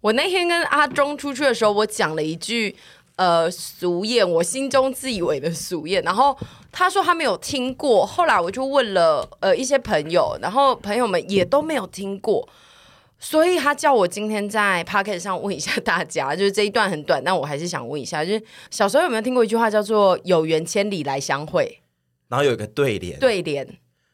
我那天跟阿忠出去的时候，我讲了一句呃俗谚，我心中自以为的俗谚，然后他说他没有听过，后来我就问了呃一些朋友，然后朋友们也都没有听过。所以他叫我今天在 p o c k e t 上问一下大家，就是这一段很短，但我还是想问一下，就是小时候有没有听过一句话叫做“有缘千里来相会然后有一个对联”？，对联，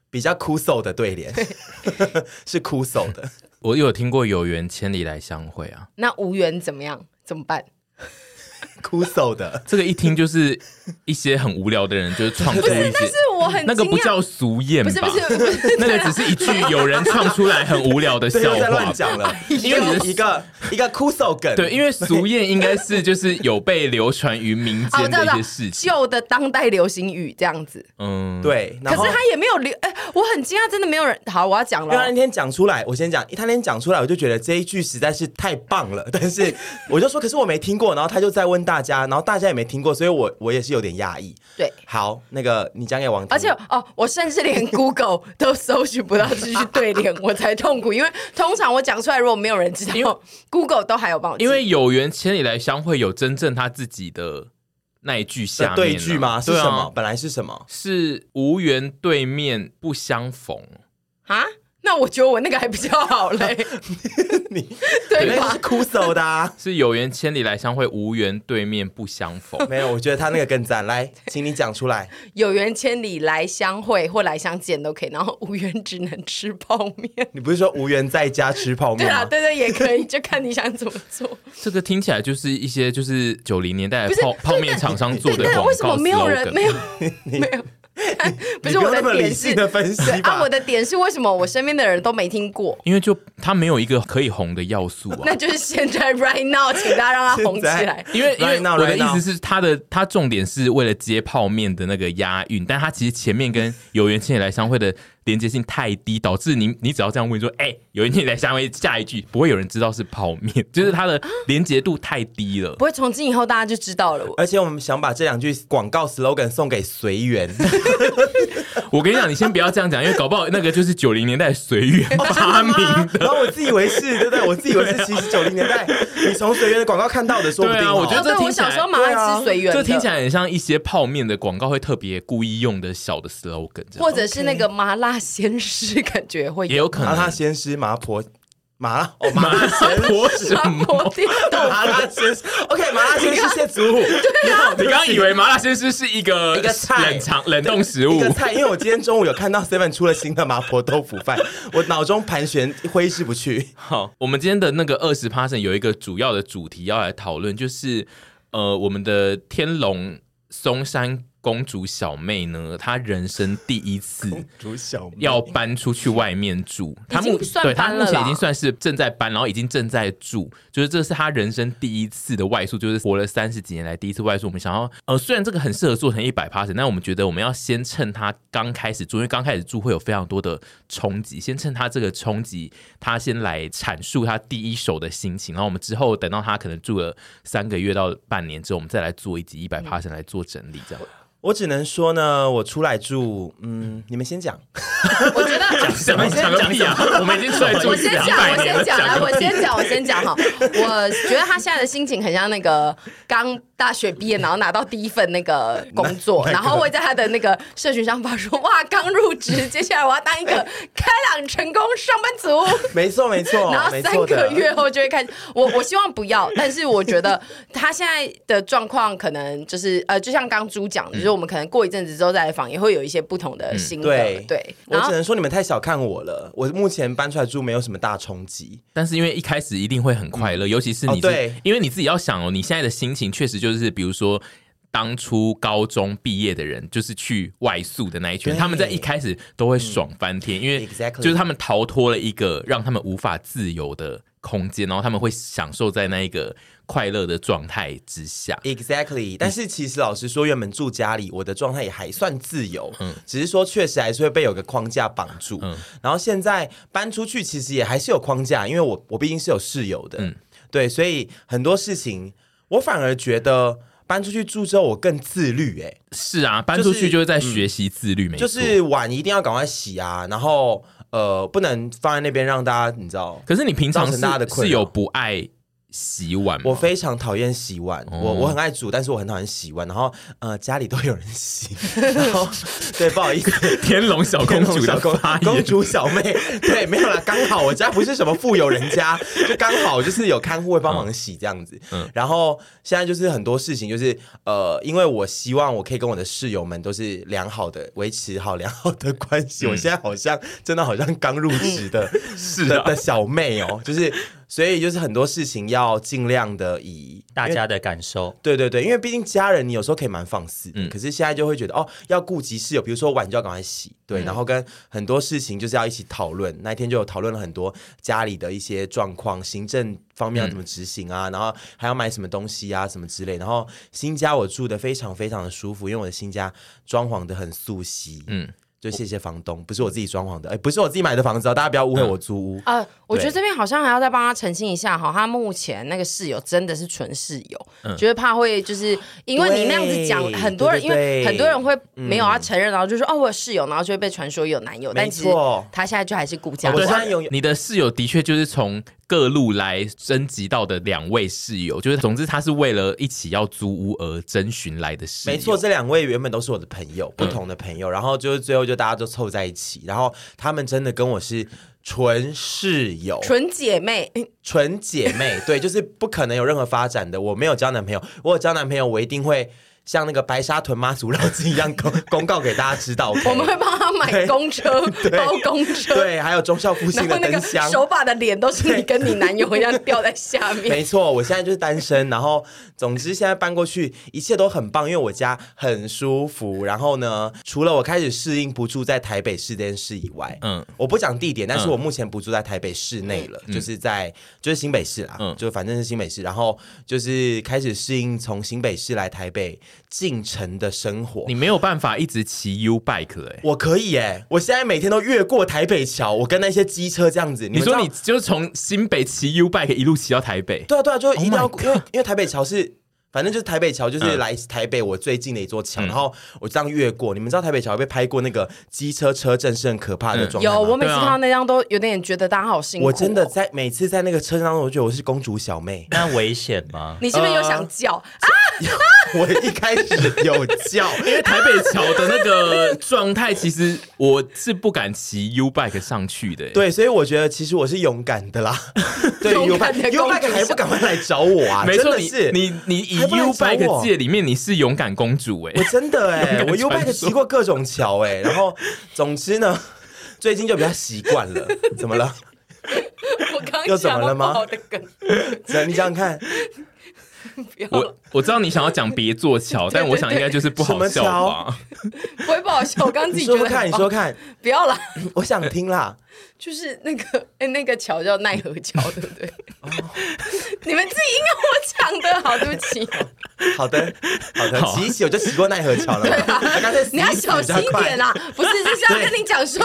比较枯瘦的对联， 是枯瘦 的。我有听过有缘千里来相会啊，那无缘怎么样？怎么办？枯瘦的，这个一 听就是一些很无聊的人就是创作一但些是，我很那个不惊讶叫俗谚不吧？是不是不是，那个只是一句有人创出来很无聊的 对，笑又在乱话。讲了，哎因为一个一个枯瘦梗，对，因为俗谚应该是就是有被流传于民啊，我知间道的一了些事，情，旧的当代流行语这样子。嗯，，对，可然后是他也没有流，哎、我很惊讶，真的没有人。好，我要讲因为他了那。天讲出来，我先讲，他那天讲出来，我就觉得这一句实在是太棒了。 但是我就说，可是我没听过，然后他就在问大家，然后大家也没听过，所以我我也是有点讶异。对，好，那个你讲给王听，而且哦，我甚至连 Google 都搜寻不到这句对联，我才痛苦。因为通常我讲出来，如果没有人知道，Google 都还有帮我记。因为有缘千里来相会有真正他自己的那一句的下面、啊、对句吗？是对啊什么？？本来是什么？ 是无缘对面不相逢，啊，那我觉得我那个还比较好嘞，你对那个吧是？枯手的、啊。 是有缘千里来相会，无缘对面不相逢。没有，我觉得他那个更赞。来，请你讲出来。有缘千里来相会或来相见都可以，然后无缘只能吃泡面。你不是说无缘在家吃泡对面啊，吗？对对也可以，就看你想怎么做。这个听起来就是一些就是九零年代不的是泡泡面厂商做的对，哎广告但为什么没有人 slogan 没有 没有？哎不是你我 用那的么理点性是，的分析对吧。啊，我的点是为什么我身边的人都没听过？因为就它没有一个可以红的要素啊那。就是现在 right now，请大家让它红起来。因为因 Right 为 now, 我的 right now 意思是，它的它重点是为了接泡面的那个押韵，但它其实前面跟有缘千里来相会的连接性太低，导致你你只要这样问说，哎、有缘千里来相会，下一句不会有人知道是泡面，就是它的连接度太低了。啊不会，从今以后大家就知道了。而且我们想把这两句广告 slogan 送给随缘，我跟你讲，你先不要这样讲，因为搞不好那个就是九零年代随缘 发明的。 然后我自以为是，对不对？我自以为是，其实九零年代你从随缘的广告看到的，说不定对啊哦。我觉哦，得这对，我听起来小时候蛮对爱啊吃随缘这的，听起来很像一些泡面的广告会特别故意用的小的 slogan，这样或者是那个麻辣鲜师，感觉会 也有可麻能辣鲜师麻婆麻辣哦麻麻辣鲜婆什麻么？婆店豆腐。麻辣鲜师，OK，麻辣鲜师是祖母，对啊，你刚刚以为麻辣鲜师是一个一个菜冷藏冷冻食一物个，菜，因为我今天中午有看到 Seven 出了新的麻婆豆腐饭，我脑中盘旋挥之不去。好，我们今天的那个二十 p a s s o n 有一个主要的主题要来讨论，就是呃，我们的天龙松山公主小妹呢，她人生第一次主小要搬出去外面住，她经目算对她搬目了前啦已经算是正在搬，然后已经正在住，就是这是她人生第一次的外宿，就是活了三十几年来第一次外宿。我们想要呃，虽然这个很适合做成一百 p a s s o n 但我们觉得我们要先趁她刚开始住，因为刚开始住会有非常多的冲击，先趁她这个冲击，她先来阐述她第一手的心情，然后我们之后等到她可能住了三个月到半年之后，我们再来做一集一百 p 嗯 a s s o n 来做整理，这样。我只能说呢，我出来住，嗯，你们 先讲。我觉得 什么讲个屁啊！我们已经出来住我一先讲，百我年先了，讲，来，个我先讲，我先讲哈。我觉得他现在的心情很像那个刚大学毕业，然后拿到第一份那个工作，然后会在他的那个社群上发说：“哇，刚入职，接下来我要当一个开朗成功上班族。”没错，没错，然后没三错个的。月后就会开始。我我希望不要，但是我觉得他现在的状况可能就是呃，就像刚猪讲的，就是我们可能过一阵子之后再来访，也会有一些不同的心得。对对，我然只后。能说你们太小看我了。我目前搬出来住没有什么大冲击，但是因为一开始一定会很快乐，尤其是你自、哦对因为你自己要想哦，你现在的心情确实就是，比如说当初高中毕业的人，就是去外宿的那一群，对嗯他们在一开始都会爽翻天，因为 Exactly 就是他们逃脱了一个让他们无法自由的空间，然后他们会享受在那一个快乐的状态之下。 Exactly，但是其实老实说，原本住家里，我的状态也还算自由，嗯只是说确实还是会被有个框架绑住。然后现在搬出去，其实也还是有框架，因为我我毕竟是有室友的，嗯对，所以很多事情我反而觉得搬出去住之后，我更自律、欸，是啊，搬出就是嗯去就是在学习自律，没就错。是碗一定要赶快洗啊，然后呃，不能放在那边让大家你知道。可是你平常造成是大家的困是扰有不爱洗碗吗？我非常讨厌洗碗，哦我我很爱煮，但是我很讨厌洗碗。然后呃，家里都有人洗， 然后对，不好意思， 天龙小公主小的公发公言，主小妹，对，没有啦，刚好我家不是什么富有人家，就刚好就是有看护会帮忙洗这样子。嗯然后现在就是很多事情，就是呃，因为我希望我可以跟我的室友们都是良好的，维持好良好的关系。我现在好像真的好像刚入职的嗯 是的啊的小妹哦，就是所以就是很多事情要尽量的以大家的感受。。对对对，因为毕竟家人，你有时候可以蛮放肆的，可是现在就会觉得哦，要顾及室友，比如说碗就要赶快洗，对，然后跟很多事情就是要一起讨论。那一天就有讨论了很多家里的一些状况，行政方面要怎么执行啊，然后还要买什么东西啊，什么之类。然后新家我住的非常非常的舒服，因为我的新家装潢的很素悉，嗯，就谢谢房东，不是我自己装潢的，哎，不是我自己买的房子哦，大家不要误会我租屋。呃，我觉得对这边好像还要再帮他澄清一下哈，他目前那个室友真的是纯室友，嗯就是怕会就是因为你那样子讲，对很多人对因为对嗯很多人会没有要承认，然后就说哦我有室友，然后就会被传说有男友，但没其实错他现在就还是顾家我对人。现他在有你的室友的确就是从各路来征集到的两位室友，就是总之他是为了一起要租屋而征询来的室友。没错，，这两位原本都是我的朋友，嗯不同的朋友，然后就是最后就大家都凑在一起，然后他们真的跟我是纯室友、纯姐妹， 纯姐妹，对，就是不可能有任何发展的。我没有交男朋友，我有交男朋友，我一定会像那个白沙屯妈祖绕境一样公公告给大家知道。OK？ 我们会帮他买公 车，包公车，对，啊还有忠孝复兴 然后的那个灯箱，手把的脸都是你跟你男友一样掉在下 面。没错，我现在就是单身，然后总之现在搬过去，一切都很棒，因为我家很舒服。然后呢，除了我开始适应不住在台北市这件事以外，嗯嗯，我不讲地点，但是我目前不住在台北市内了，就是在就是新北市啦，嗯就反正是新北市。然后就是开始适应从新北市来台北进城的生活你。没有办法一直骑 U bike 了、欸。我可以耶、我现在每天都越过台北桥，我跟那些机车这样子。们你知说道你就是从新北骑 U bike 一路骑到台北，对啊，对啊，就一定要 Oh my 因为因为台北桥是。反正就是台北桥，就是嗯来台北我最近的一座桥，然后我这样越过。你们知道台北桥被拍过那个机车车震是很可怕的状态吗？有，我每次对啊看到那张都有点觉得大家好辛苦哦。我真的在每次在那个车上，我就觉得我是公主小妹那危险吗？你是不是有呃想叫？ 我一开始有叫，因为台北桥的那个状态，其实我是不敢骑 U bike 上去的、欸。对，所以我觉得其实我是勇敢 的啦。对，勇有敢派的有公派主还小不赶快来找我啊！没真错，的你是你你以还不来 U 找 bike 我界里面，你是勇敢公主哎、我真的哎、勇敢我 U 传 bike 说骑过各种桥哎、然后总之呢，最近就比较习惯 了。怎么了？我刚又怎么了吗想到不好的梗，你想想看，不要了我我知道你想要讲别座桥，但我想应该就是不好笑吧。不会不好笑，我刚刚自你己觉说得说很棒。看，你说说看，不要啦， 我想听啦。就是那个 哎、那个桥叫奈何桥， 对不对？哦你们自己应该我讲的好，对不起，哦好的，好的，好骑一骑我就骑过奈何桥了嘛。我刚 才啊你要骑一骑小比心较一快点啊啦。不是，就是要跟你讲说，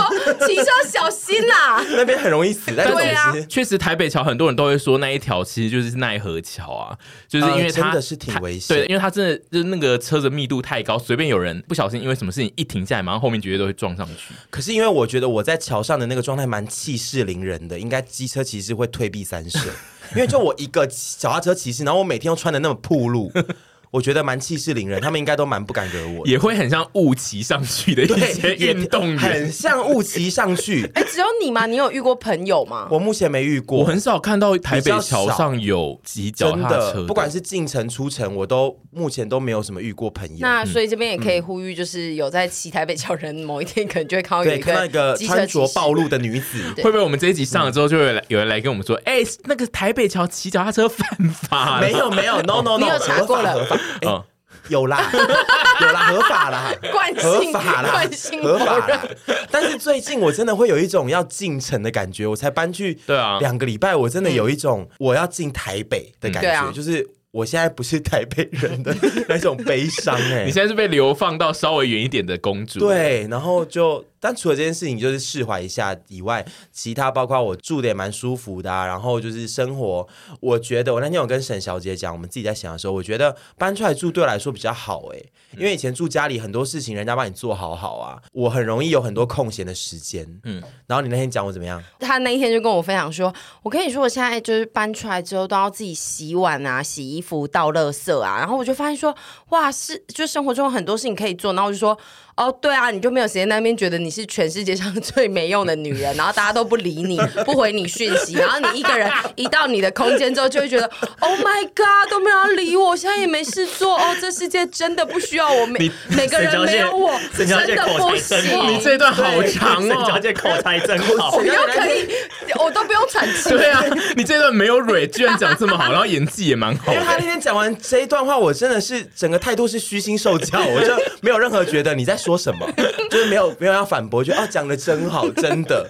骑车小心啦。那边很容易死，但对啊总之。确实，台北桥很多人都会说那一条其实就是奈何桥啊，就是因为呃它、真的是挺危险它对，因为它真的就是那个车子密度太高，随便有人不小心因为什么事情一停下来，马上后面绝对都会撞上去。可是因为我觉得我在桥上的那个状态蛮气势凌人的，应该机车骑士会退避三舍，因为就我一个脚踏车骑士，然后我每天都穿的那么暴露， 我觉得蛮气势凌人，他们应该都蛮不敢惹我的。也会很像误骑上去的一些对， 也运动很员。像雾骑上去，哎、只有你吗？你有遇过朋友吗？我目前没遇过，我很少看到台北桥上有骑脚真踏车的，不管是进城出城，我都目前都没有什么遇过朋友。那所以这边也可嗯以呼吁，就是有在骑台北桥人，某一天可能就会看到有对，一看到一个机穿车骑着士暴露的女 子，对会不会我们这一集上了之后，就会有人有人来跟我们说：“哎、那个台北桥骑脚踏车犯法了。”没有没有，no no no，你有查过了合法合法，嗯哎有啦 有啦，合法啦，惯合性法啦惯性，合否法认啦。但是最近我真的会有一种要进城的感觉，我才搬去对啊两个礼拜，我真的有一种我要进台北的感嗯对啊觉，就是。我现在不是台北人的 那种悲伤哎、你现在是被流放到稍微远一点的公主。，对，然后就 但除了这件事情就是释怀一下以外，其他包括我住的也蛮舒服的、啊，然后就是生活，我觉得我那天有跟沈小姐讲，我们自己在想的时候，我觉得搬出来住对我来说比较好诶、因为以前住家里很多事情人家帮你做好好啊，我很容易有很多空闲的时间，嗯，然后你那天讲我怎么样？他那一天就跟我分享说，我跟你说，我现在就是搬出来之后都要自己洗碗啊、洗衣服、倒垃圾啊，然后我就发现说，哇，是就生活中有很多事情可以做，然后我就说。哦，对啊，你就没有时间在那边觉得你是全世界上最没用的女人，然后大家都不理你，不回你讯息，然后你一个人一到你的空间之后，就会觉得 Oh my God，都没有人理我，现在也没事做哦，这世界真的不需要我，每每个人没有我，沈真小姐的沈小姐口不才真好行你。这段好长沈小哦。姐口才真好我，又可以，我都不用喘气。 对啊，你这段没有蕊，居然讲这么好，然后演技也蛮好因为他那的。天讲完这一段话，我真的是整个态度是虚心受教，我就没有任何觉得你在说什么，就是没有没有要反驳，觉得哦讲的真好，真的，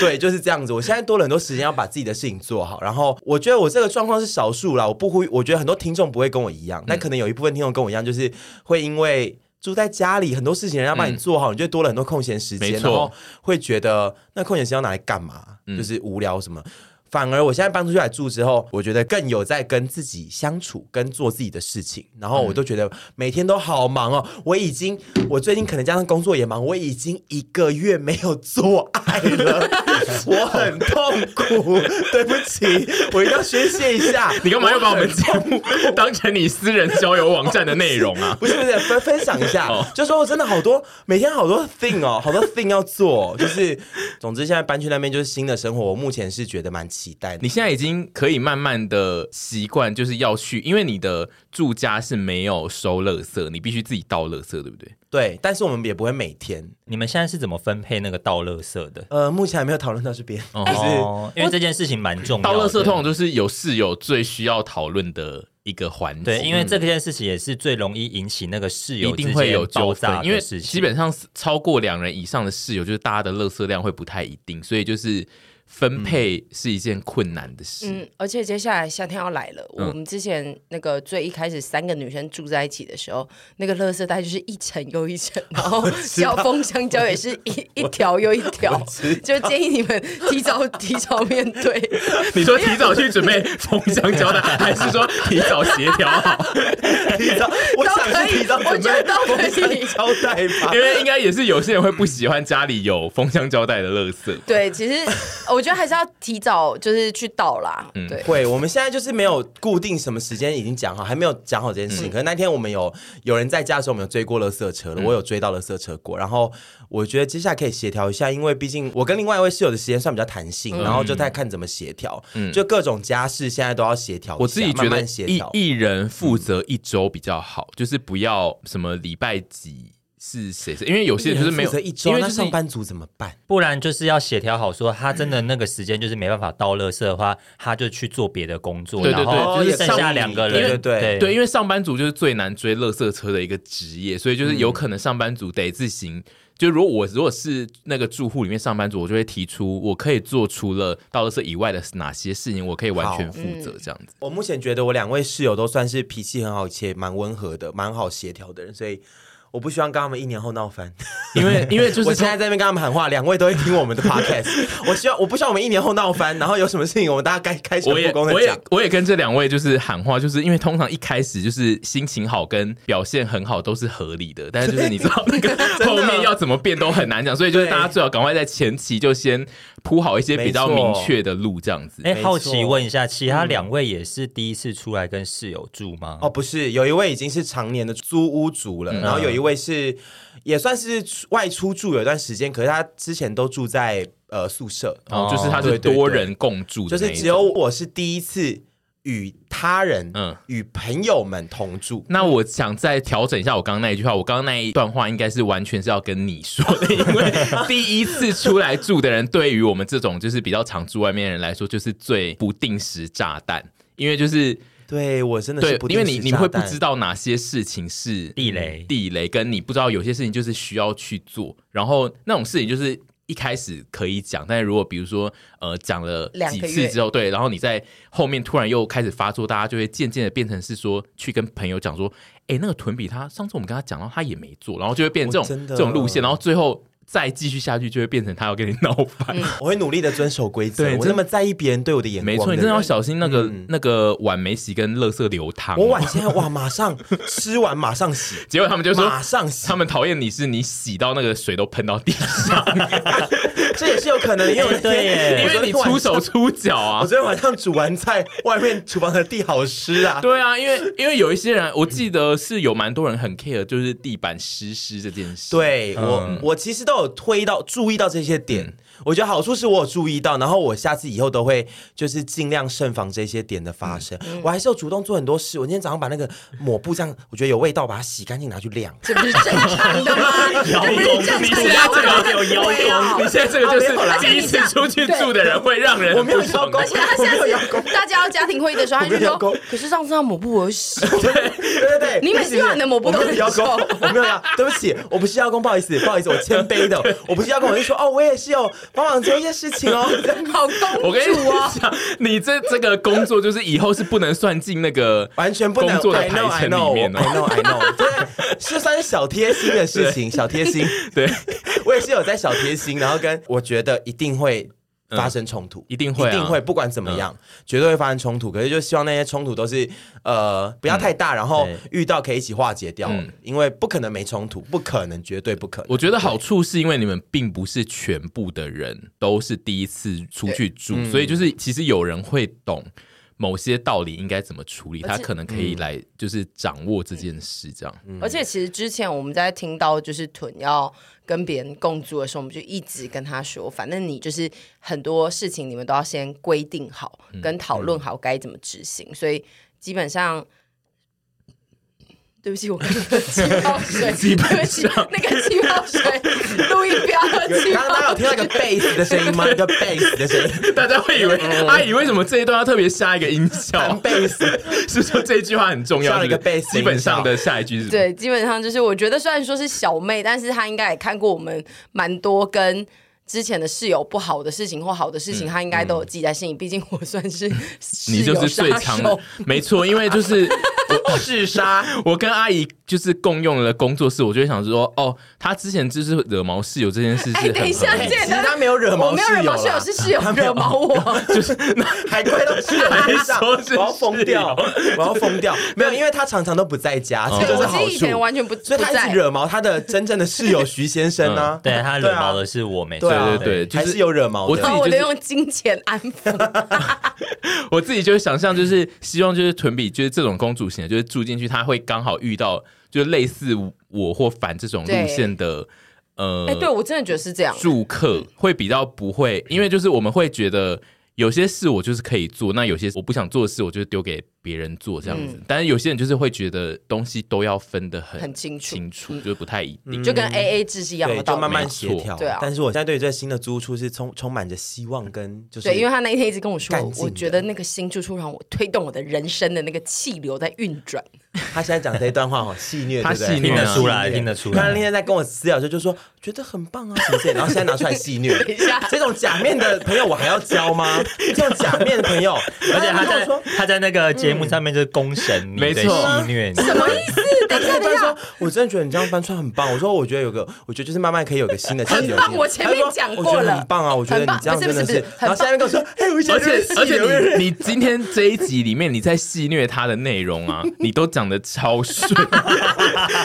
对，就是这样子。我现在多了很多时间要把自己的事情做好，然后我觉得我这个状况是少数啦，我不呼吁，我觉得很多听众不会跟我一样，但可能有一部分听众跟我一样，就是会因为。住在家里，很多事情人家帮你做好，你就多了很多空闲时间，没然错后会觉得那空闲时间要拿来干嘛？就是无聊什么。反而我现在搬出去来住之后，我觉得更有在跟自己相处，跟做自己的事情。然后我都觉得每天都好忙哦，我已经我最近可能加上工作也忙，我已经一个月没有做爱了，我很痛苦。对不起，我一定要宣泄一下。你干嘛要把我们节目当成你私人交友网站的内容啊？不是不是，分分享一下哦，就说我真的好多，每天好多 thing 哦，好多 thing 要做哦，就是，总之现在搬去那边就是新的生活，我目前是觉得蛮期待的。你现在已经可以慢慢的习惯，就是要去，因为你的住家是没有收垃圾，你必须自己倒垃圾，对不对？对，但是我们也不会每天，你们现在是怎么分配那个倒垃圾的？呃，目前还没有讨论到这边， 就是哦，因为这件事情蛮重要倒垃的。圾通常就是有室友最需要讨论的一个环节，对，因为这件事情也是最容易引起那个室友嗯一定会有之间爆纠炸纷，的因为事情基本上超过两人以上的室友，就是大家的垃圾量会不太一定，所以就是分配是一件困难的事。嗯，而且接下来夏天要来了，嗯我们之前那个最一开始三个女生住在一起的时候，那个垃圾袋就是一层又一 层，然后小风香蕉也是一一条又一条，就建议你们提 早提早面对。你说提早去准备封香蕉的，还是说提早协调好？ 提早，我都想可以是提早我准觉得备都可以封箱胶带吧因。为应该也是有些人会不喜欢家里有封箱胶带的垃圾。对，其实我觉得还是要提早就是去到啦。对，会，我们现在就是没有固定什么时间已经讲好，还没有讲好这件事嗯情。可是那天我们有有人在家的时候，我们有追过垃圾车了，我有追到垃圾车过。然后我觉得接下来可以协调一下，因为毕竟我跟另外一位室友的时间算比较弹性，嗯然后就再看怎么协调。就各种家事现在都要协调一下，我自己觉慢得慢协一调。一人负责一周比较好，就是不要什么礼拜几是谁谁，因为有些人就是没负责有，一周，因为那就是上班族怎么办？不然就是要协调好，说他真的那个时间就是没办法倒垃圾的话，他就去做别的工作，对对对然后就是剩上下两个人，对对对对，因为上班族就是最难追垃圾车的一个职业，所以就是有可能上班族得自行。就如果我如果是那个住户里面上班族，我就会提出我可以做除了倒垃圾以外的哪些事情，我可以完全负责嗯这样子。我目前觉得我两位室友都算是脾气很好且蛮温和的，蛮好协调的人，所以我不希望跟他们一年后闹翻。 因为因为就是我现在在那边跟他们喊话，两位都会听我们的 podcast。我希望我不希望我们一年后闹翻，然后有什么事情我们大家该开诚我也布公的我讲也。我也跟这两位就是喊话，就是因为通常一开始就是心情好跟表现很好都是合理的，但是就是你知道那个后面要怎么变都很难讲，所以就是对大家最好赶快在前期就先铺好一些比较没错明确的路，这样子。哎，没好错奇问一下，其他嗯两位也是第一次出来跟室友住吗？哦，不是，有一位已经是常年的租屋族嗯了，然后有一位是也算是外出住有一段时间，可是他之前都住在呃宿舍，哦，就是它是对对对多人共住的就那一种，是只有我是第一次与他人、嗯与朋友们同住。那我想再调整一下我刚刚那一句话，我刚刚那一段话应该是完全是要跟你说的，因为第一次出来住的人，对于我们这种就是比较常住外面的人来说，就是最不定时炸弹，因为就是。对我真的对是不，因定为时你你会不炸弹知道哪些事情是嗯地雷地雷跟你不知道有些事情就是需要去做，然后那种事情就是一开始可以讲，但是如果比如说呃讲了两几个次月之后，对，然后你在后面突然又开始发作，大家就会渐渐的变成是说去跟朋友讲说，哎，那个屯比他上次我们跟他讲到他也没做，然后就会变成这哦我真种的这种路线，然后最后。再继续下去，就会变成他要跟你闹翻。我会努力的遵守规则对。我真那么在意别人对我的眼光，没错，你真的要。小心那个、嗯那个碗没洗跟垃圾流淌哦。我碗现在哇，马上吃完马上洗，结果他们就说马上洗他，们讨厌你是你洗到那个水都喷到 地上，这也是有可能，因为我对耶因为你出手。出脚啊我。昨天晚上煮完菜，外面厨房的地好湿啊！对啊，因为因为有一些人，我记得是有蛮多人很 care，就是地板湿湿这件事。，对我，我其实都有推到注意到这些点。我觉得好处是我有注意到，然后我下次以后都会就是尽量慎防这些点的发生。我还是有主动做很多事。我今天早上把那个抹布这样，我觉得有味道，把它洗干净拿去晾。这不是正常的吗？ 这不是正你常的现在吗这个有邀对啊功，你现在这个就是啊没有啦第一次出去住的人会让人我没有很不爽邀功而且他我没有下次大家要家庭会议的时候，他我没就有说邀功：“可是上次那抹布我有 洗。对对 对，你每次用你的抹布我都没有邀功很，我 没有啦，对不起，我不是邀功，不好意思，不好意思，我谦卑的，我不是邀功，我就说哦，我也是有帮忙做一些事 情哦。这样”好公我跟你主啊！讲，你这这个工作就是以后是不能算进那个完全不能工作的 I know, 排程里面哦 I know, I know, I know，对，是算是小贴心的事情，小贴心。对，我也是有在小贴心，然后跟我觉得一定会发生冲突，嗯一定会啊嗯一定会，不管怎么样，绝对会发生冲突。可是就希望那些冲突都是呃不要太大，然后对。遇到可以一起化解掉嗯，因为不可能没冲突，不可能，绝对不可能。我觉得好处是因为你们并不是全部的人都是第一次出去住，嗯所以就是其实有人会懂某些道理应该怎么处理，而且他可能可以嗯来就是掌握这件事这样。而且其实之前我们在听到就是屯要跟别人共住的时候，我们就一直跟他说，反正你就是很多事情你们都要先规定好，嗯跟讨论好该怎么执行，所以基本 上。对不起，我刚刚喝气泡水，基本上对不起，那个气泡 水，录音不要喝气刚刚大家泡有听到一个水。贝斯的声音吗？一个贝斯的声音，大家会以为阿姨为什么这一段要特别下一个音效嗯 弹？贝斯。是说这一句话很重要，下了一个是不是 bass 音效基本上的下一句是什么？对，基本上就是我觉得虽然说是小妹，但是她应该也看过我们蛮多跟。之前的室友不好的事情或好的事情，她应该都有记在心里。毕竟我算是你你就是最强的，没错，因为就是。我自杀，我跟阿姨就是共用了工作室，我就会想说，哦，她之前就是惹毛室友这件事是哎很等一下合理的这其实他没有惹我毛没室有惹友毛室友，啦，是 室友惹毛我。还怪到室友身上，还说是我要疯掉室，我要疯掉。没有，因为他常常都不在家，这对，就是我好是以前处。完全不所以不他一在直。惹毛他的真正的室友徐先生呢对嗯对他惹毛的是我，没错啊，对对对就是还是有惹毛我自然己的。后我就是就嗯用金钱安 抚，我自己就是想象，就是希望就是屯比就是这种公主型的，就是住进去，她会刚好遇到就是类似我或凡这种路线的呃、哎，对我真的觉得是这样。住客，会比较不会，因为就是我们会觉得。有些事我就是可以做，那有些我不想做的事，我就丢给别人做这样子。但是有些人就是会觉得东西都要分得很嗯很清楚嗯清楚就是不太一定。就跟 A A 制是一样对，的就道慢理。慢协调。对啊但是我现在对于这个新的租屋处是充充满着希望跟就是，对，因为他那一天一直跟我说干，净我的觉得那个新住处让我推动我的人生的那个气流在运 转。他现在讲这一段话好戏虐，他对不对戏虐啊听得出来听得出来他那天在跟我私聊的时候就说觉得很棒啊什么之类的，然后现在拿出来戏虐。等一下，这种假面的朋友我还要交吗？这种假面的朋友， 而且他跟我在说。他在那个节目上面就是攻神你，没对错戏虐你，什么意思？等一下，等一下说，，我真的觉得你这样翻出来很棒。我说，我觉得有个，我觉得就是慢慢可以有个新的气流进来。很棒我前面他说讲过我觉得了很棒啊！我觉得很你棒这样不是真的不是不是很棒然后现在跟我说，哎，我而想且而且你你你今天这一集里面你在戏虐他的内容啊，你都讲的超顺，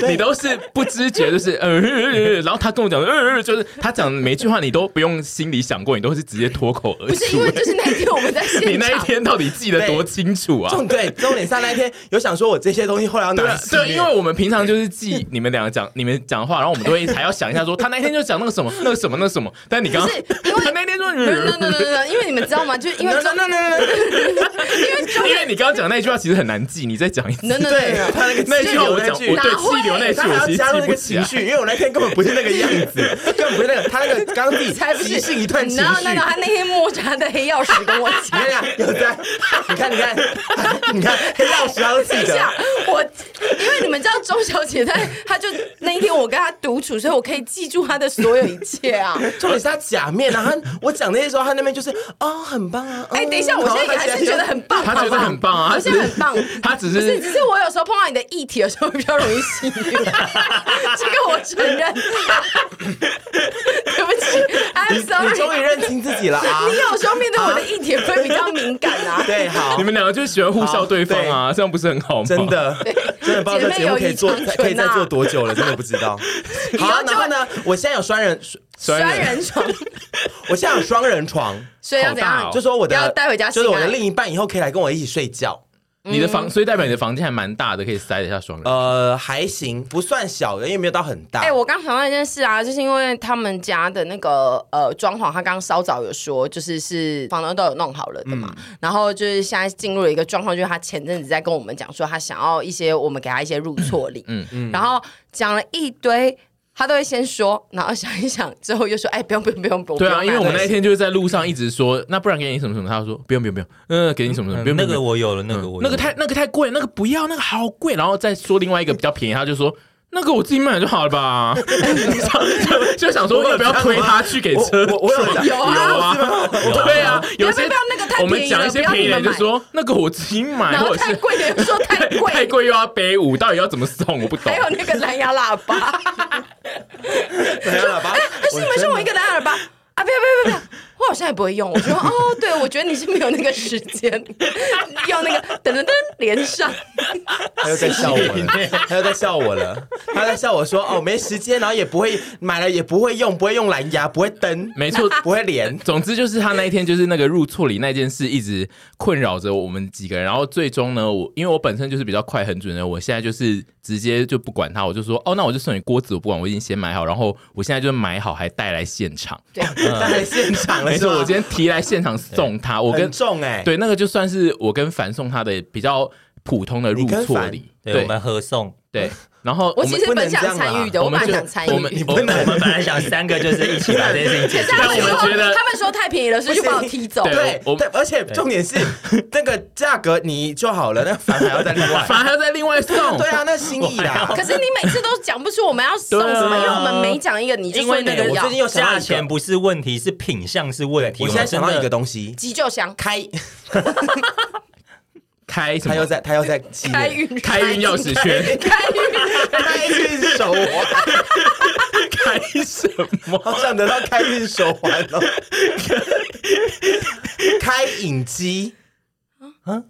你都是不知觉就是呃，呃呃呃然后他跟我讲呃，呃呃就是他讲每句话你都不用心里想过，你都是直接脱口而不是出因。为就是那一天我们在 你现那一场，天到底记得多清楚啊？重对重点上那一天有想说我这些东西后来要对拿啊来戏虐对，因为我们平常就是记你们两个讲你们讲话，然后我们都会还要想一下说他那天就讲那个什么那个什么那个什么，但你刚刚不是因为他那天说， no no no no no，因为你们知道吗？就是因为 No, 中 no, no, no, no, no. 因为你刚刚讲那句话其实很难记，你再讲一次。 no no 对 no，他那个 那一气句话流我讲，那我句。对哪会气流 那一句他还我要其实加入那记不个起情来。绪，因为我那天根本不是那个样 子，根本不是那个，他那个刚刚自己才不即是兴一段情然后绪那。个他那天摸着他的黑曜石跟我你讲，看呀，有 在，你看你看，你看黑曜石他都记等一得下。，我因为你们知道钟小姐在，她就那一天我跟她独处，所以我可以记住她的所有一切 啊。重点是他假面啊！他我讲那些时候，他那边就是哦，很棒啊！哎哎，等一下，我现在也还是觉得很棒，他觉得好不好很棒啊 我现在很棒。 他只不是，是只是我有时候碰碰到你的液体的时候会比较容易吸引， 这个我承认。 对不起你，I'm 你终于 sorry。认清自己了啊你！有时候面对我的液体会比较敏感啊。对，好你，们两个就是喜欢互笑对方啊，这样不是很好吗？真，的，真的不知道这节目可以做，哦姐妹友谊长存啊可以再做多久了，真的不知道。好 以后啊，就然后呢，我现在有双人，酸酸人人床，我现在有双人床，所以要怎好大样哦？就说我的要带回家性就爱是我的另一半以后可以来跟我一起睡觉。你的房，所以代表你的房间还蛮大的，可以塞得下双人。呃，还行，不算小的，因为没有到很大。哎、我刚想到一件事啊，就是因为他们家的那个呃装潢，他刚刚稍早有说，就是是房东都有弄好了的嘛。然后就是现在进入了一个状况，就是他前阵子在跟我们讲说，他想要一些我们给他一些入错礼，嗯嗯，然后讲了一堆。他都会先说，然后想一想，之后又说：“哎、不用不用不用不用。不对用买”啊，因为我们那对一天就是在路上一直说，那不然给你什么什么，他说不用不用不用，嗯、给你什么什么，不用不用。那个不用我有了，那个我有嗯了那个太那个太贵，那个不要，那个好贵，然后再说另外一个比较便宜，他就说。那个我自己买就好了吧，就就想说要不要推他去给我车？我我有讲有啊有啊，对啊，不要有些不要那个太便宜了我们讲一些便宜的人就不要说那个我自己买，然后或者太是贵的 又说太贵，太贵又要背五，到底要怎么送？我不懂还。有那个蓝牙喇 叭，怎样了 吧？但是你们送我一个蓝牙喇叭啊！不要不要不要不要！我好像也不会用。我说哦，对，我觉得你是没有那个时间，要那个噔噔噔连上。他又在笑我了，他又在笑我了，他在笑我说哦没时间，然后也不会买了也不会用，不会用蓝牙，不会登，没错，不会连。总之就是他那一天就是那个入错礼那件事一直困扰着我们几个人，然后最终呢，我因为我本身就是比较快很准的，我现在就是直接就不管他，我就说哦，那我就送你锅子，我不管，我已经先买好，然后我现在就买好还带来现场，对，他来现啊场了，嗯没是错，吗我今天提来现场送他，我跟啊很重哎，对那个就算是我跟凡送他的比较普通的入错礼，对对我们合送。对，然后我们其实不能本这样想啦参与的，我我们本来就想参与。我们你不我们能我们本来想三个就是一起把这件事情解决但但是我们觉得他们说太便宜了，所以就把我踢走。对对我，但而且重点是那个价格你就好了，那反而还要再另 外。啊反而还要再另外送，对啊，那心意啦。可是你每次都讲不出我们要送对啊什么，因为我们每讲一个你就因说为那呢个我要最近又想到一个价钱不是问题，是品相是问题。我现在们真想的到一个东西，急救箱开，开什他又么在，他又在气开人，运开运钥匙圈，开运开运手环， 开什么？好想得到开运手环哦。开饮机，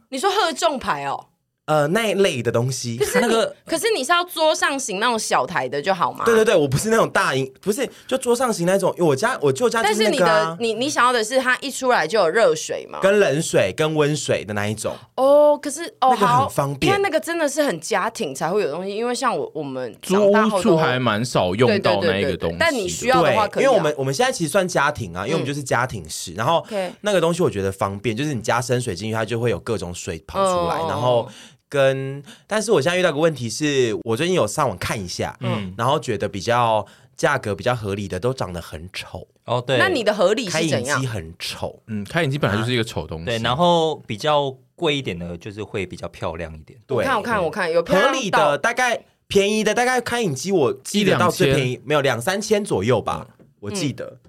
你说贺众牌哦，呃，那一类的东西。那个可是你是要桌上型那种小台的就好吗？对对对，我不是那种大饮，不是就桌上型那种。因为我家我舅家就但是那你个的、啊，你你想要的是它一出来就有热水嘛？跟冷水跟温水的那一种。哦，可是哦那个很好方便因为那个真的是很家庭才会有东西，因为像我我们租长大屋后处都还蛮少用对对到对那一对个东对西，，但你需对要对，的话可以、啊，嗯因为我们我们现在其实算家庭啊，因为我们就是家庭式，然后 OK 那个东西我觉得方便，就是你加深水进去，它就会有各种水跑出来，哦然后。跟，但是我现在遇到个问题是，我最近有上网看一下，嗯，然后觉得比较价格比较合理的都长得很丑，哦对，那你的合理开是饮怎样机？很丑，嗯，开眼机本来就是一个丑东西，对，然后比较贵一点的，就是会比较漂亮一点。我对，嗯看我看我看有漂合亮理到的大概便宜的大概开饮机，我记得到最便宜没有两三千左右吧，嗯我记得。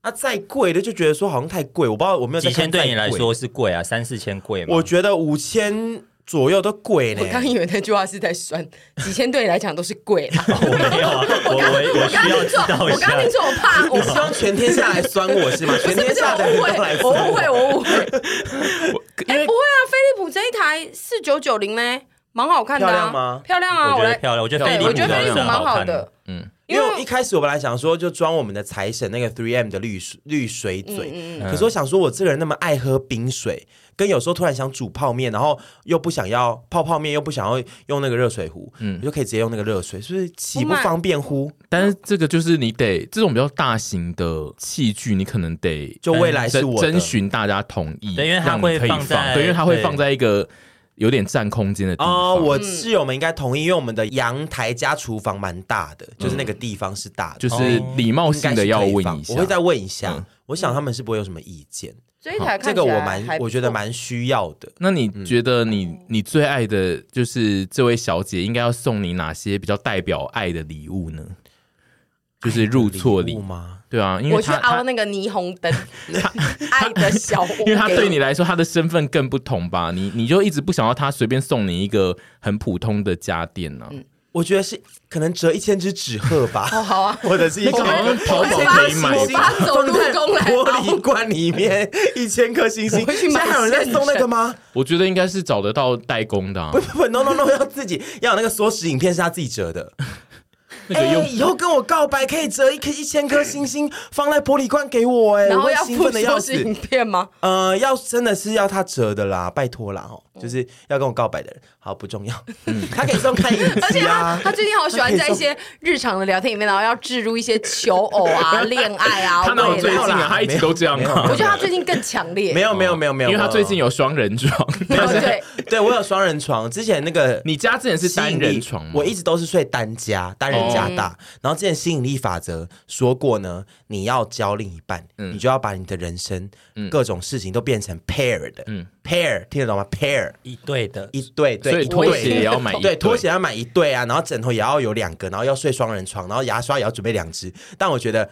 啊，再贵的就觉得说好像太贵，我不知道我没有在几千看对再你来贵说是贵啊，三四千贵嘛。我觉得五千左右都贵呢我。刚以为那句话是在酸，几千对你来讲都是贵 啦。 我没有啊，我我我我刚需要听知错，道一我下刚。听错，我怕我你希望全天下来酸我 是吗？全不天是下我的人误都来会，酸我误会，我误会。因为哎不会啊，飞利浦这一台四九九零呢，蛮好看的、啊，漂亮吗漂亮啊！我我觉得来，漂亮，我觉得对飞对，利浦我觉得飞利真浦的蛮很好看的，，嗯因为我一开始我本来想说就装我们的财神那个 Three M 的绿水绿水嗯嘴，嗯可是我想说我这个人那么爱喝冰水，跟有时候突然想煮泡面，然后又不想要泡泡面，又不想要用那个热水壶，我就可以直接用那个热水，是不是岂不方便乎？但是这个就是你得这种比较大型的器具，你可能得就未来是征我的征询大家同意，对因为它让你会可以放在对，因为它会对放在一个有点占空间的地哦，嗯方。我室友们应该同意，因为我们的阳台加厨房蛮大的，就是那个地方是大的，就是礼貌应该是性哦的要可以问放一下，嗯我会再问一下。我想他们是不会有什么意见，这一台这看起个来我还蛮不我觉得错蛮需要的。那你觉得你你最爱的就是这位小姐应该要送你哪些比较代表爱的礼物呢？就是入错礼礼物。吗？对啊，因为我去他他凹那个霓虹灯， 爱的小屋，因为他对你来说，他的身份更不同吧？你你就一直不想要他随便送你一个很普通的家电啊呢、嗯我觉得是可能折一千只纸鹤吧，哦好啊。 或者是一那个好个像淘宝可以买我吧爸走路工来玻璃罐里面一千颗星星我，会去买现在还有人在送那个吗？我觉得应该是找得到代工的、啊不，不不，no no no，要 自己要有那个缩时影片是他自己折的。 那个哎、用以后跟我告白可以折一颗一千颗星星放在玻璃罐给我、哎，然我后会要兴附奋的要收视死影。片 吗？呃，要真的是要他折的啦，拜托啦哦，嗯就是要跟我告白的人，好不重要， 他可以送看影而且集他啊，他最近好 喜欢在一些日常的聊天里面，然后要置入一些求偶 啊、恋爱啊、他哪有未最近来啊。没有啊啦？他一直都这样没有没 啊有我。觉得他最近更强烈。没有没有没有没有，因为他最近有双人床，哦，对，有，对我有双人床，之前那个 你家之前是单人床吗？我一直都是睡单家，单人加嗯大。然后之前吸引力法则说过呢，你要交另一半，嗯你就要把你的人生、各种事情都变成 pair 的，pair 听得懂吗？pair 一对的，一对嗯所对，以一拖对鞋也要买一对，对拖鞋要买一对啊，然后枕头也要有两个，然后要睡双人床，然后牙刷也要准备两支。但我觉得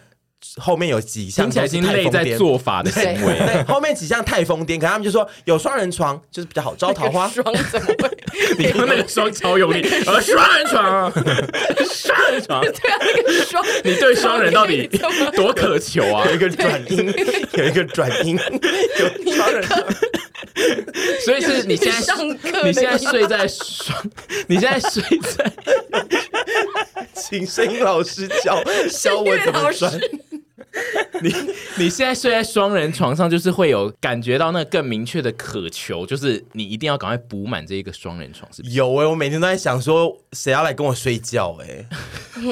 后面有几项听起来已经累在做。做法的行为。对，后面几项太疯癫，可他们就说有双人床就是比较好招桃 花，双怎么会？你刚刚 那个双超用力，呃，双人床 啊，双人 床，对啊，那个双，你对双人到 底你怎么多渴求啊有？一个转音，有一个转音，有双人床。所以是你现在 上课 你现 在睡在 双，你现在睡在 请声音老师 教教我怎么转。你你现在睡在双人床上，就是会有感觉到那更明确的渴求，就是你一定要赶快补满这一个双人床，是不是？有哎、我每天都在想说谁要来跟我睡觉 哎、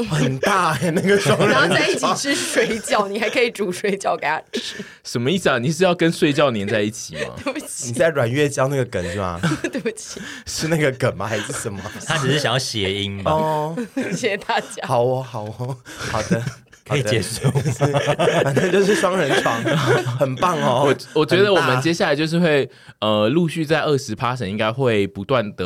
很大哎、那个双然后人在一起吃水饺，你还可以煮水饺给他吃。什么意思啊？你是要跟睡觉粘在一起吗？对不 你起，在阮月娇那个梗是 吗？ 对不起，是那个梗吗？还是什么？他只是想要谐音吧，哦，谢谢大家。 好哦，好 哦，好的，可以好的结束。反正就是双人床，很棒哦。 我我觉得我们接今下来就是会呃，陆续在二十 p a 应该会不断的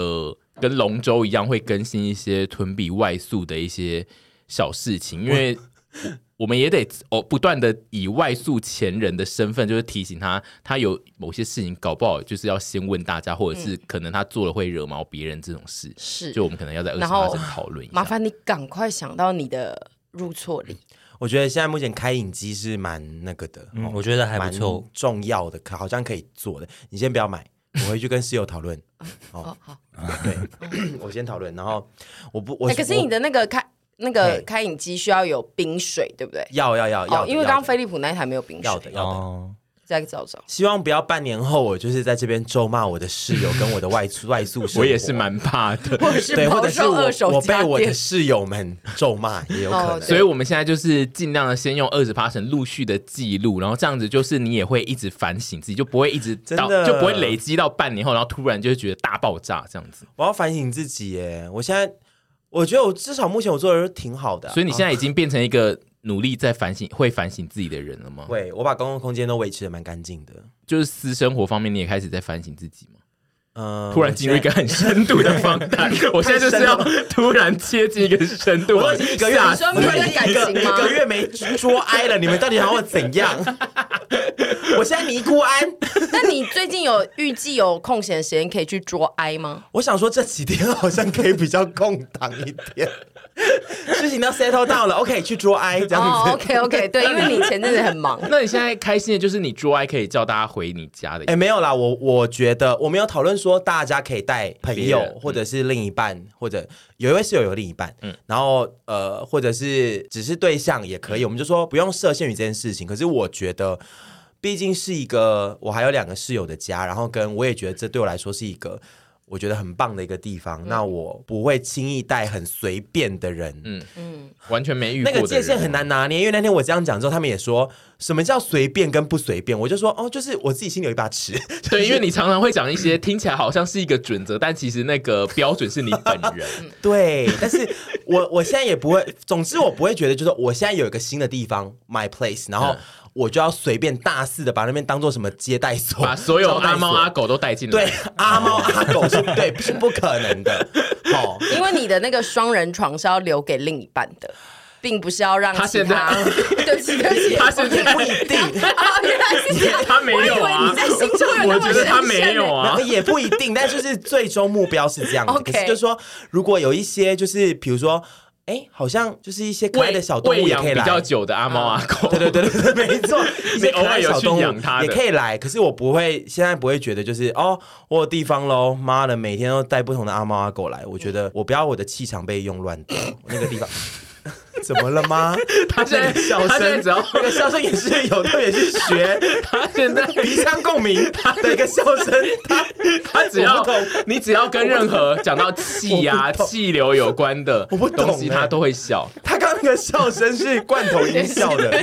跟龙舟一样，会更新一些屯比外宿的一些小事情，因为我。我们也得哦，不断的以外宿前人的身份，就是提醒他，他有某些事情搞不好，就是要先问大家，或者是可能他做了会惹毛别人这种事，嗯是就我们可能要在二十然后八讨论一麻下。烦你赶快想到你的入错礼。我觉得现在目前开影机是蛮那个的，嗯，哦我觉得还蛮不错。重要的，可好像可以做的。你先不要买，我回去跟室友讨 论。哦，好。嗯对， 我先讨论，然后我不，我、哎，可是你我的那个开那个嘿开饮机需要有冰水，对不对？要要要要哦的，，因为刚刚飞飞利浦那一台没有冰要水的，要的。哦，再找找。希望不要半年后我就是在这边咒骂我的室友跟我的外宿 外宿生活我也是蛮怕的，或者是对，抛或者是售二我手我被家我电 的，室友们咒骂也有可哦能。所以我们现在就是尽量的先用二十 p a 陆续的记录，然后这样子就是你也会一直反省自己，就不会一直到真的就不会累积到半年后，然后突然就会觉得大爆炸这样子。我要反省自己耶！我现在我觉得我至少目前我做的都挺好的啊、所以你现在、在已经变成一个努力在反省、会反省自己的人了吗？对我把公共空间都维持的蛮干净的。就是私生活方面，你也开始在反省自己吗？嗯，突然进入一个很深度的访 谈，我现在就是要突然切进一个深度我的已经一个月，我你说已面经对感一个情吗一个月没捉哀了，你们到底想我怎样？我现在尼姑庵，那你最近有预计有空闲时间可以去捉哀吗？我想说这几天好像可以比较空档一点，事情都 settle 到了，OK，去捉哀这样哦子。 ，OK OK，对，因为你前阵子很忙，那你现在开心的就是你做爱可以叫大家回你家的哎、，没有啦，我我觉得我们有讨论说，大家可以带朋别友人或者是另一半，或者有一位室友有另一半，嗯，然后呃，或者是只是对象也可以，我们就说不用设限于这件事情。可是我觉得，毕竟是一个我还有两个室友的家，然后跟我也觉得这对我来说是一个。我觉得很棒的一个地方，那我不会轻易带很随便的人，嗯，完全没遇过那的个人啊界限很难拿捏。因为那天我这样讲之后，他们也说什么叫随便跟不随便，我就说哦，就是我自己心里有一把尺， 对，因为你常常会讲一些听起来好像是一个准则，但其实那个标准是你本人。 嗯对，但是我 我现在也不会，总之我不会觉得，就是我现在有一个新的地方，my 嗯 place，然后我就要随便大肆的把那边当做什么接待所， 把所有招待阿猫所阿狗都带进来。对，阿猫阿狗是对 是不可能的，哦。因为你的那个双人床是要留给另一半的，并不是要让他其现在他，对不起，对不起，他现在不一定啊，原来是 这样，他没有啊我以为你在心中有那么我觉得他深深没有啊那也不一定，但就是最终目标是这 样子。 OK 可是就是说，如果有一些就是比如说，哎，好像就是一些可爱的小动喂物也养可以比来。较久的阿猫阿狗，对对对对对，没 错，一些可爱的小动偶尔有去养它物的也可以来，可是我不会，现在不会觉得就是哦，我有地方喽，妈的，每天都带不同的阿猫阿狗来，我觉得我不要我的气场被用乱掉，那个 地方。怎么了吗？他现在小他现声，在只要那个笑声也是有，特别是 学他现在鼻腔共鸣的一个笑声，他他只要我不懂你只要跟任何讲到气啊、我不懂气流有关的我不懂东西，欸他都会笑。他刚刚那个笑声是罐头音效的，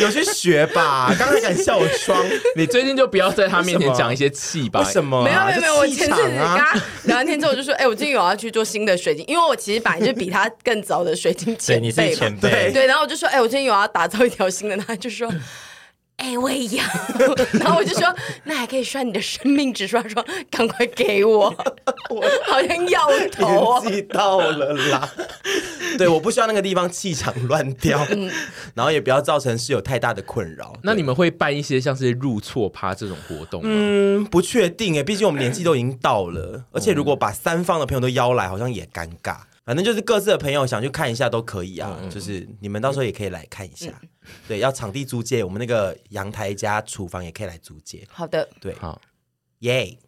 有去学吧？刚刚敢笑我 装，你最近就不要在他面为什前么讲一些气吧为。什么没有啊、没有没有，我这气前场阵子跟啊，他聊完天之后，我就说，哎、我最近有要去做新的水晶，因为我其实本来就比他更早的水晶对，前你辈是嘛前辈，对，然后我就说，哎、我最近有要打造一条新的，然后他就说。哎、我也要。 然后我就说，那还可以算你的生命指数。他说，赶快给我，我好像要头、哦。年纪到了 啦。对，我不希望那个地方气场乱掉，嗯然后也不要造成室友太大的困扰。那你们会办一些像是入错趴这种活动吗？嗯，不确定诶，毕竟我们年纪都已经到了，而且如果把三方的朋友都邀来，好像也尴尬。反正就是各自的朋友想去看一下都可以嗯啊，就是你们到时候也可以来看一下。对，要场地租借，我们那个阳台加厨房也可以来租借。好的，对，好，耶、